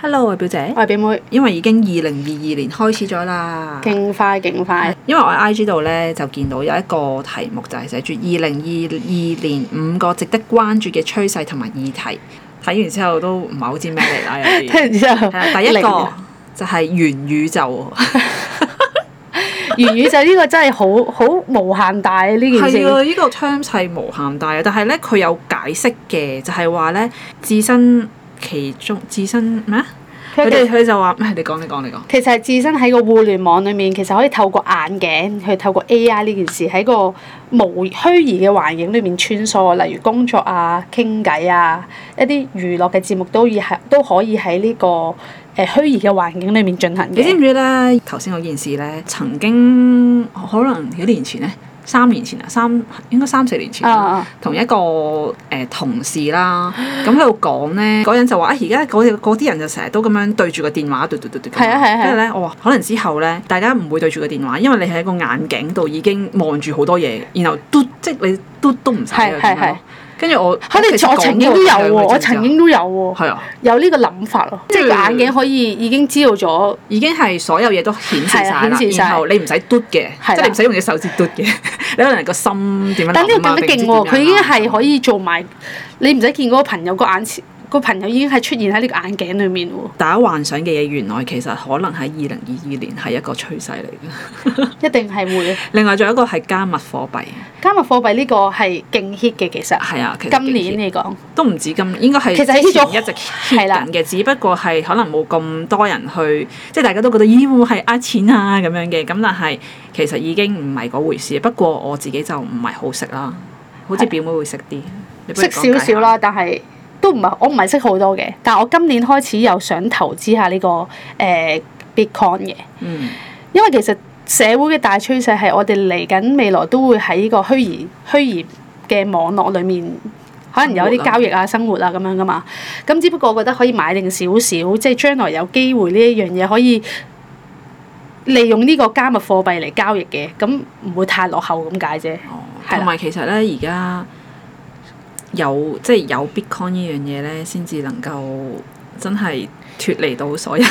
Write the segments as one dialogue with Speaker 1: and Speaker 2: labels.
Speaker 1: Hello 啊，表姐
Speaker 2: 我，係表妹，
Speaker 1: 因為已經二零二二年開始咗啦。
Speaker 2: 勁快勁快，
Speaker 1: 因為我喺 IG 度咧就見到有一個題目就係寫住二零二二年五個值得關注嘅趨勢同埋議題。睇完之後都唔係好知咩嚟啦，有
Speaker 2: 聽
Speaker 1: 啲。
Speaker 2: 完之後
Speaker 1: 係啊，第一個
Speaker 2: 零
Speaker 1: 就係元宇宙。
Speaker 2: 元宇宙呢個真係好好無限大啊呢件
Speaker 1: 係
Speaker 2: 事，
Speaker 1: 啊，呢、個 term 係無限大嘅，啊但係咧佢有解釋嘅，就係話咧置身其中，置身咩啊？佢
Speaker 2: 佢
Speaker 1: 哋
Speaker 2: 哋
Speaker 1: 佢就話咩？你講你講你講。
Speaker 2: 其實係置身喺個互聯網裏面，其實可以透過眼鏡去透過 AI 呢件事喺個無虛擬嘅環境裏面穿梭，例如工作啊、傾偈啊、一啲娛樂嘅節目都以係都可以喺呢、個誒、呃、虛擬嘅環境裏面進行
Speaker 1: 你知唔
Speaker 2: 嘅。
Speaker 1: 知咧？頭先嗰件事咧，曾經可能幾年前咧，三年前啊，三應該三四年前
Speaker 2: 啊
Speaker 1: 啦
Speaker 2: 啊！
Speaker 1: 同一個誒、呃同事啦，咁喺度講咧，嗰人就話啊，而家嗰嗰啲人就成日都咁樣對住個電話，嘟嘟嘟嘟咁樣。
Speaker 2: 係啊係啊係啊
Speaker 1: 跟住咧，我話可能之後咧，大家唔會對住個電話，因為你喺個眼鏡度已經望住好多嘢，然後嘟即係你嘟都唔使啊咁
Speaker 2: 係係
Speaker 1: 樣咯
Speaker 2: 係
Speaker 1: 跟住我，
Speaker 2: 嚇你
Speaker 1: 其實
Speaker 2: 我曾經
Speaker 1: 講
Speaker 2: 都有
Speaker 1: 過兩
Speaker 2: 喎，
Speaker 1: 個字
Speaker 2: 我
Speaker 1: 咋
Speaker 2: 曾經都有喎，
Speaker 1: 啊係啊，嗯
Speaker 2: 有呢個諗法咯，即係個眼鏡可以已經知道咗。
Speaker 1: 已經係所有嘢都顯示
Speaker 2: 係啊
Speaker 1: 晒啦，
Speaker 2: 顯示晒
Speaker 1: 然後你唔使嘟嘅，即
Speaker 2: 係
Speaker 1: 係
Speaker 2: 啦
Speaker 1: 你唔使用隻手指嘟嘅， 你可能個心點樣諗啊
Speaker 2: 但呢個更加勁喎，佢已經係可
Speaker 1: 以。
Speaker 2: 以做埋，你唔使見嗰個朋友個眼前，個朋友已經係出現喺呢個眼鏡裏面喎，
Speaker 1: 大家幻想嘅嘢，原來其實可能喺二零二二年係一個趨勢嚟嘅。
Speaker 2: 一定係會嘅。
Speaker 1: 另外仲有一個係加密貨幣，
Speaker 2: 加密貨幣呢個係勁 hit 嘅，其 實
Speaker 1: 係啊，其實
Speaker 2: 今年
Speaker 1: 幾 hit，
Speaker 2: 嚟講，
Speaker 1: 都唔止今，應該係
Speaker 2: 其實 hit
Speaker 1: 之前
Speaker 2: 咗
Speaker 1: 一直 hit
Speaker 2: 係啦
Speaker 1: 緊嘅，只不過係可能冇咁多人去，即係大家都覺得咦會唔會係呃錢啊咁樣嘅，咁但係其實已經唔係嗰回事。不過我自己就唔係好識啦，好似表妹會識啲，你不如
Speaker 2: 識
Speaker 1: 講
Speaker 2: 少
Speaker 1: 解下
Speaker 2: 少。啦，但係都唔係我唔係識好多嘅，但係我今年開始又想投資下呢、個誒、呃 Bitcoin 嘅。
Speaker 1: 嗯。
Speaker 2: 因為其實社會嘅大趨勢係我哋嚟緊未來都會喺呢個虛擬虛擬嘅網絡裏面，可能有啲交易啊、生活啊咁樣噶嘛。咁只不過我覺得可以買定少少，即係將來有機會呢一樣嘢可以利用呢個加密貨幣嚟交易嘅，咁唔會太落後咁解啫。
Speaker 1: 哦
Speaker 2: 係啦
Speaker 1: 同埋其實咧，而家有即係有 Bitcoin 呢樣嘢咧，先至能夠真係脱離到所有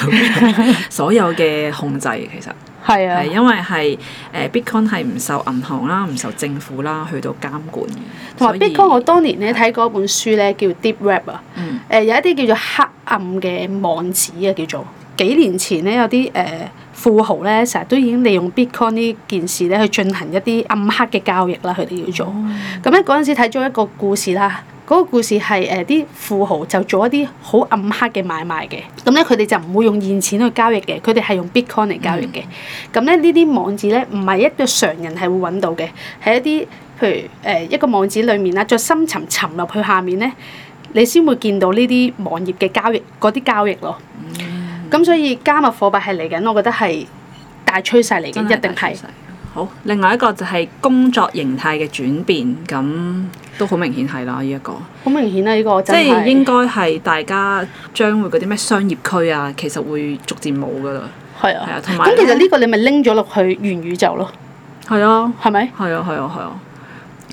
Speaker 1: 所有嘅 控制。其實
Speaker 2: 係啊
Speaker 1: 係。因為係誒、呃 Bitcoin 係唔受銀行啦、唔受政府啦去到監管嘅。
Speaker 2: 同
Speaker 1: 所
Speaker 2: 埋
Speaker 1: 以
Speaker 2: Bitcoin，我當年咧睇過一本書咧，叫 Deep Web 啊。誒、
Speaker 1: 嗯
Speaker 2: 有一啲叫做黑暗嘅網址啊，叫做幾年前咧有啲誒、呃富豪咧，成日都已經利用 Bitcoin 呢件事咧去進行一啲暗黑嘅交易啦，佢哋叫
Speaker 1: 哦
Speaker 2: 做。咁咧嗰陣時睇咗一個故事啦。嗰個故事係誒啲富豪就做一啲好暗黑嘅買賣嘅，咁咧佢哋就唔會用現錢去交易嘅，佢哋係用 Bitcoin 嚟交易
Speaker 1: 嗯
Speaker 2: 嘅。咁咧呢啲網址咧唔係一個常人係會揾到嘅，係一啲譬如誒、呃一個網址裡面啦，再深沉沉入去下面咧，你先會見到呢啲網頁嘅交易嗰啲交易咯。
Speaker 1: 嗯
Speaker 2: 咁、所以加密貨幣係嚟緊，我覺得係大趨勢嚟嘅，
Speaker 1: 真
Speaker 2: 一定
Speaker 1: 大趨
Speaker 2: 係
Speaker 1: 勢。好，另外一個就係工作形態嘅轉變，咁都好明顯係啦，呢、一個。
Speaker 2: 好明顯啦、呢、個
Speaker 1: 即
Speaker 2: 真
Speaker 1: 係
Speaker 2: 係
Speaker 1: 應該係大家將會嗰啲咩商業區啊，其實會逐漸冇噶啦。
Speaker 2: 係
Speaker 1: 係
Speaker 2: 啊
Speaker 1: 啊，。同埋
Speaker 2: 咁其實呢個你咪拎咗落去元宇宙咯，
Speaker 1: 係啊，
Speaker 2: 係咪？
Speaker 1: 係啊，係啊，係啊。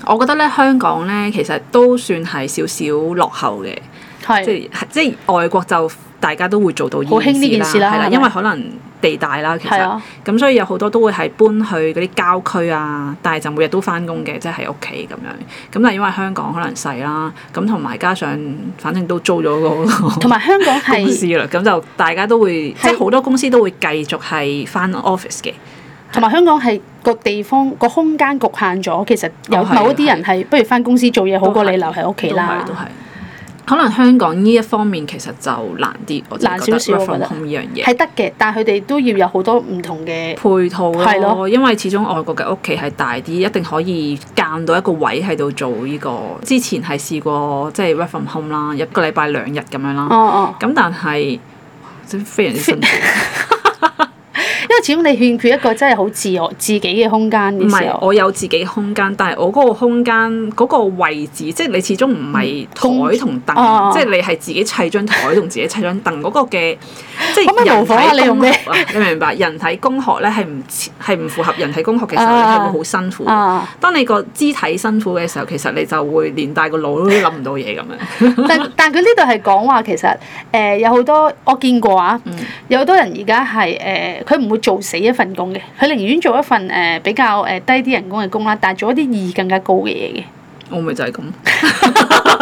Speaker 1: 我覺得咧，香港咧其實都算係少少落後嘅，
Speaker 2: 係。
Speaker 1: 即係即係外國就大家都會做到
Speaker 2: 好興呢件事啦
Speaker 1: 係啦，
Speaker 2: 係咪
Speaker 1: 因為可能地大啦，其
Speaker 2: 係
Speaker 1: 實
Speaker 2: 啊，
Speaker 1: 咁所以有好多都會係搬去嗰啲郊區啊，但係就每日都翻工嘅，
Speaker 2: 嗯
Speaker 1: 即係喺屋企咁樣。咁但係因為香港可能細啦，咁同埋加上反正都租咗個。
Speaker 2: 同埋香港
Speaker 1: 公
Speaker 2: 係
Speaker 1: 司，啦，咁就大家都會，即
Speaker 2: 係
Speaker 1: 係好多公司都會繼續係翻 office 嘅，
Speaker 2: 同埋香港係個地方個空間局限咗，其實
Speaker 1: 都
Speaker 2: 有
Speaker 1: 哦係
Speaker 2: 某一啲人係不如翻公司做嘢好過你留喺屋企啦
Speaker 1: 都係。都係可能香港呢一方面其實就難啲，我自己
Speaker 2: 難
Speaker 1: 覺得
Speaker 2: 少少
Speaker 1: work
Speaker 2: 我覺
Speaker 1: from
Speaker 2: 得
Speaker 1: home 呢樣嘢
Speaker 2: 係得嘅，但係佢哋都要有好多唔同嘅
Speaker 1: 配套
Speaker 2: 係
Speaker 1: 咯，
Speaker 2: 咯
Speaker 1: 因為始終外國嘅屋企係大啲，一定可以間到一個位喺度做呢個。之前係試過即係 work from home 啦，一個禮拜
Speaker 2: 哦
Speaker 1: 兩日咁樣啦，
Speaker 2: 哦哦，
Speaker 1: 咁但係真係非常之辛苦。
Speaker 2: 因為始終你欠缺一個真係好自我、自己嘅空間
Speaker 1: 唔
Speaker 2: 嘅時
Speaker 1: 係，
Speaker 2: 候，
Speaker 1: 我有自己空間，但係我嗰個空間嗰、個位置，即係你始終唔係
Speaker 2: 公
Speaker 1: 台同凳，
Speaker 2: 嗯哦
Speaker 1: 即係你係自己砌張台同自己砌張凳嗰個嘅，即
Speaker 2: 可唔可
Speaker 1: 係
Speaker 2: 以模
Speaker 1: 人
Speaker 2: 仿下你
Speaker 1: 體
Speaker 2: 用
Speaker 1: 工
Speaker 2: 咩
Speaker 1: 學啊！你明唔明白？人體工學咧係唔切係唔符合人體工學嘅時候，你
Speaker 2: 啊
Speaker 1: 係會好辛苦。
Speaker 2: 啊！
Speaker 1: 當你個肢體辛苦嘅時候，其實你就會連帶個腦都諗唔到嘢咁樣。
Speaker 2: 但但佢呢度係講話其實誒、呃有好多我見過啊，
Speaker 1: 嗯
Speaker 2: 有好多人而家係誒佢唔會做死一份工嘅，佢寧願做一份誒、呃比較誒低啲人工嘅工啦，但係做一啲意義更加高嘅嘢嘅。
Speaker 1: 我咪就係咁。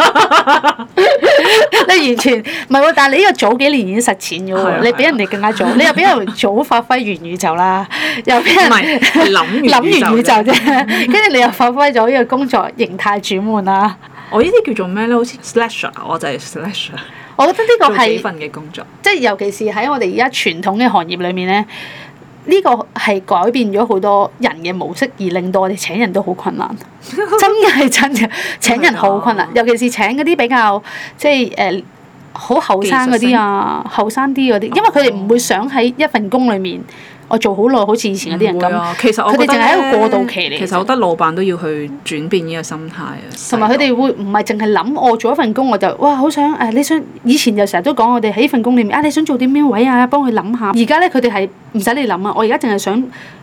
Speaker 2: 你完全唔係喎，但係你呢個早幾年已經實踐咗
Speaker 1: 係啊
Speaker 2: 喎，你比人哋更加早，你又比人哋早發揮元宇宙 啦，又俾
Speaker 1: 唔
Speaker 2: 人
Speaker 1: 係係諗完
Speaker 2: 諗完宇宙
Speaker 1: 啫。嗯
Speaker 2: 啫，跟住你又發揮咗呢個工作形態轉換啦。
Speaker 1: 我呢啲叫做咩咧？好似 slasher，我就係 slasher，
Speaker 2: 我覺得呢個
Speaker 1: 做幾
Speaker 2: 係
Speaker 1: 份嘅工作。
Speaker 2: 即係尤其是喺我哋而家傳統嘅行業裏面咧，呢、個係改變咗好多人嘅模式，而令到我哋請人都好 困難。真嘅係真嘅，請人好困難，
Speaker 1: 啊
Speaker 2: 尤其是請嗰啲比較即係誒。呃好後生嗰啲啊，後生啲嗰啲，因為佢哋唔會想喺一份工裏面，我做好耐，好似以前嗰啲人
Speaker 1: 唔會
Speaker 2: 咁，
Speaker 1: 啊，其實我
Speaker 2: 佢哋
Speaker 1: 覺得
Speaker 2: 淨係一個
Speaker 1: 咧
Speaker 2: 過渡期嚟嘅
Speaker 1: 其實我覺得老闆都要去轉變呢個心態啊，
Speaker 2: 同埋佢哋會唔係淨係諗我做一份工我就哇好想誒、你想以前就成日都講我哋喺呢份工裏面啊你想做啲咩位啊幫佢諗下，而家咧佢哋係唔使你諗啊，我而家淨係想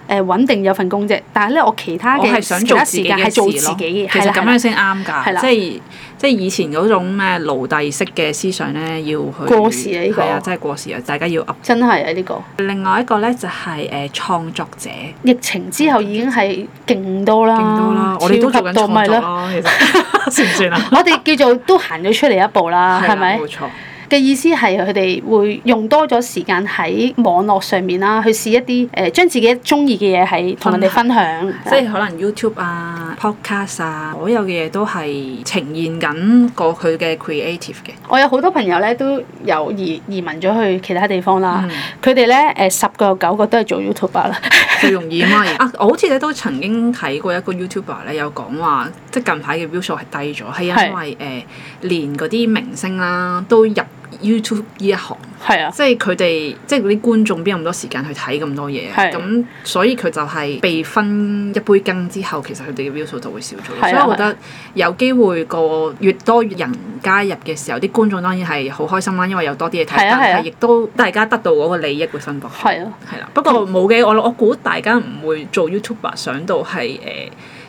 Speaker 2: 誒穩定有份工啫，但係咧我其他
Speaker 1: 我
Speaker 2: 嘅
Speaker 1: 係想做自
Speaker 2: 時
Speaker 1: 己
Speaker 2: 間
Speaker 1: 嘅
Speaker 2: 係做自
Speaker 1: 事咯。
Speaker 2: 己嘅，
Speaker 1: 其
Speaker 2: 係
Speaker 1: 實
Speaker 2: 啦
Speaker 1: 咁
Speaker 2: 係啦
Speaker 1: 樣先啱
Speaker 2: 係
Speaker 1: 㗎，
Speaker 2: 啦
Speaker 1: 即係即係以前嗰種咩奴隸式嘅思想咧，要去
Speaker 2: 過時啊呢個
Speaker 1: 係啊，真係過時啊！大家要 up。
Speaker 2: 真係啊呢個
Speaker 1: 另外一個咧就係誒創作者，
Speaker 2: 疫情之後已經係勁多啦，
Speaker 1: 勁多啦，我哋都做緊
Speaker 2: 啊超級多
Speaker 1: 創
Speaker 2: 咪
Speaker 1: 作
Speaker 2: 咯。
Speaker 1: 啦，其 實算唔算啊？
Speaker 2: 我哋叫做都行咗出嚟一步啦，啊係
Speaker 1: 啦
Speaker 2: 咪
Speaker 1: 冇？錯。
Speaker 2: 嘅意思係佢哋會用多咗時間喺網絡上面啦，去試一啲誒、呃、將自己中意嘅嘢係同人哋分享，
Speaker 1: 即係可能 YouTube 啊、podcast 啊，所有嘅嘢都係呈現緊個佢嘅 creative 嘅。
Speaker 2: 我有好多朋友咧都有移移民咗去其他地方啦
Speaker 1: 嗯，
Speaker 2: 佢哋咧誒十個有九個都係做 YouTuber 啦，
Speaker 1: 最容易嘛而 啊！我好似咧都曾經睇過一個 YouTuber 咧有講話，即係近排嘅 view 數係低咗，係
Speaker 2: 係
Speaker 1: 因為誒、呃、連嗰啲明星啦都入 YouTube 呢一行，
Speaker 2: 係啊，
Speaker 1: 即係佢哋即係嗰啲觀眾邊有咁多時間去睇咁多嘢啊？
Speaker 2: 係
Speaker 1: 咁所以佢就係被分一杯羹之後，其實佢哋嘅 view 數就會少咗。
Speaker 2: 係
Speaker 1: 所
Speaker 2: 啊
Speaker 1: 以我覺得有機會個越多人加入嘅時候，啲觀眾當然係好開心啦，因為有多啲嘢睇，
Speaker 2: 係啊係啊
Speaker 1: 但係亦都大家得到嗰個利益會分薄。
Speaker 2: 係啊，
Speaker 1: 係啦，不過冇嘅，我我估大家唔會做 YouTuber 想到係誒、呃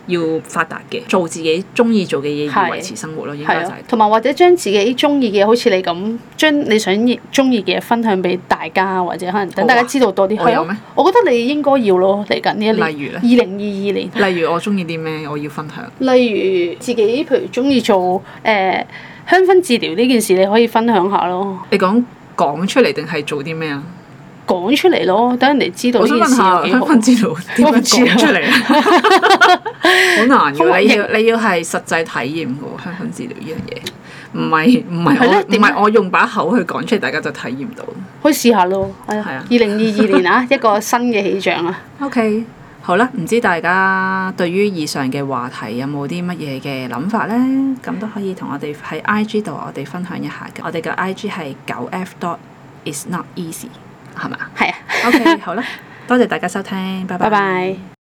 Speaker 1: 要發達嘅，做自己中意做嘅嘢
Speaker 2: 係
Speaker 1: 而維持生活咯，應該
Speaker 2: 係
Speaker 1: 就係
Speaker 2: 啊，同埋或者將自己中意嘅嘢，好似你咁，將你想中意嘅嘢分享俾大家，或者可能等大家
Speaker 1: 好啊
Speaker 2: 知道多啲。
Speaker 1: 我有
Speaker 2: 係
Speaker 1: 咩
Speaker 2: 啊，我覺得你應該要咯，嚟緊呢一年，
Speaker 1: 例如呢
Speaker 2: 二零二二年。
Speaker 1: 例如我中意啲咩，我要分享。
Speaker 2: 例如自己譬如中意做誒、呃香薰治療呢件事，你可以分享下咯，
Speaker 1: 你講講出嚟定係做啲咩啊？
Speaker 2: 講出嚟咯，等人哋知道
Speaker 1: 我
Speaker 2: 呢
Speaker 1: 想問 下
Speaker 2: 件事有幾
Speaker 1: 香
Speaker 2: 好。
Speaker 1: 薰治療點
Speaker 2: 我唔
Speaker 1: 樣
Speaker 2: 知啊
Speaker 1: 講出嚟啊？好難
Speaker 2: 好
Speaker 1: 㗎，你要你要係實際體驗㗎喎，香薰治療呢樣嘢。唔係唔係
Speaker 2: 係
Speaker 1: 我
Speaker 2: 咯
Speaker 1: 唔
Speaker 2: 點啊
Speaker 1: 係我用把口去講出嚟，大家就體驗到。
Speaker 2: 可以試下咯，係
Speaker 1: 係啊
Speaker 2: 啊！二零二二年 啊，一個新嘅氣象啊，
Speaker 1: OK，好啦，唔知大家對於以上嘅話題有冇啲乜嘢嘅諗法呢？咁都可以同我哋喺 IG 度我哋分享一下嘅。我哋嘅 IG 係九 F dot is not easy，係咪啊
Speaker 2: 係啊，
Speaker 1: ？OK，好啦，多謝大家收聽，拜
Speaker 2: 拜拜。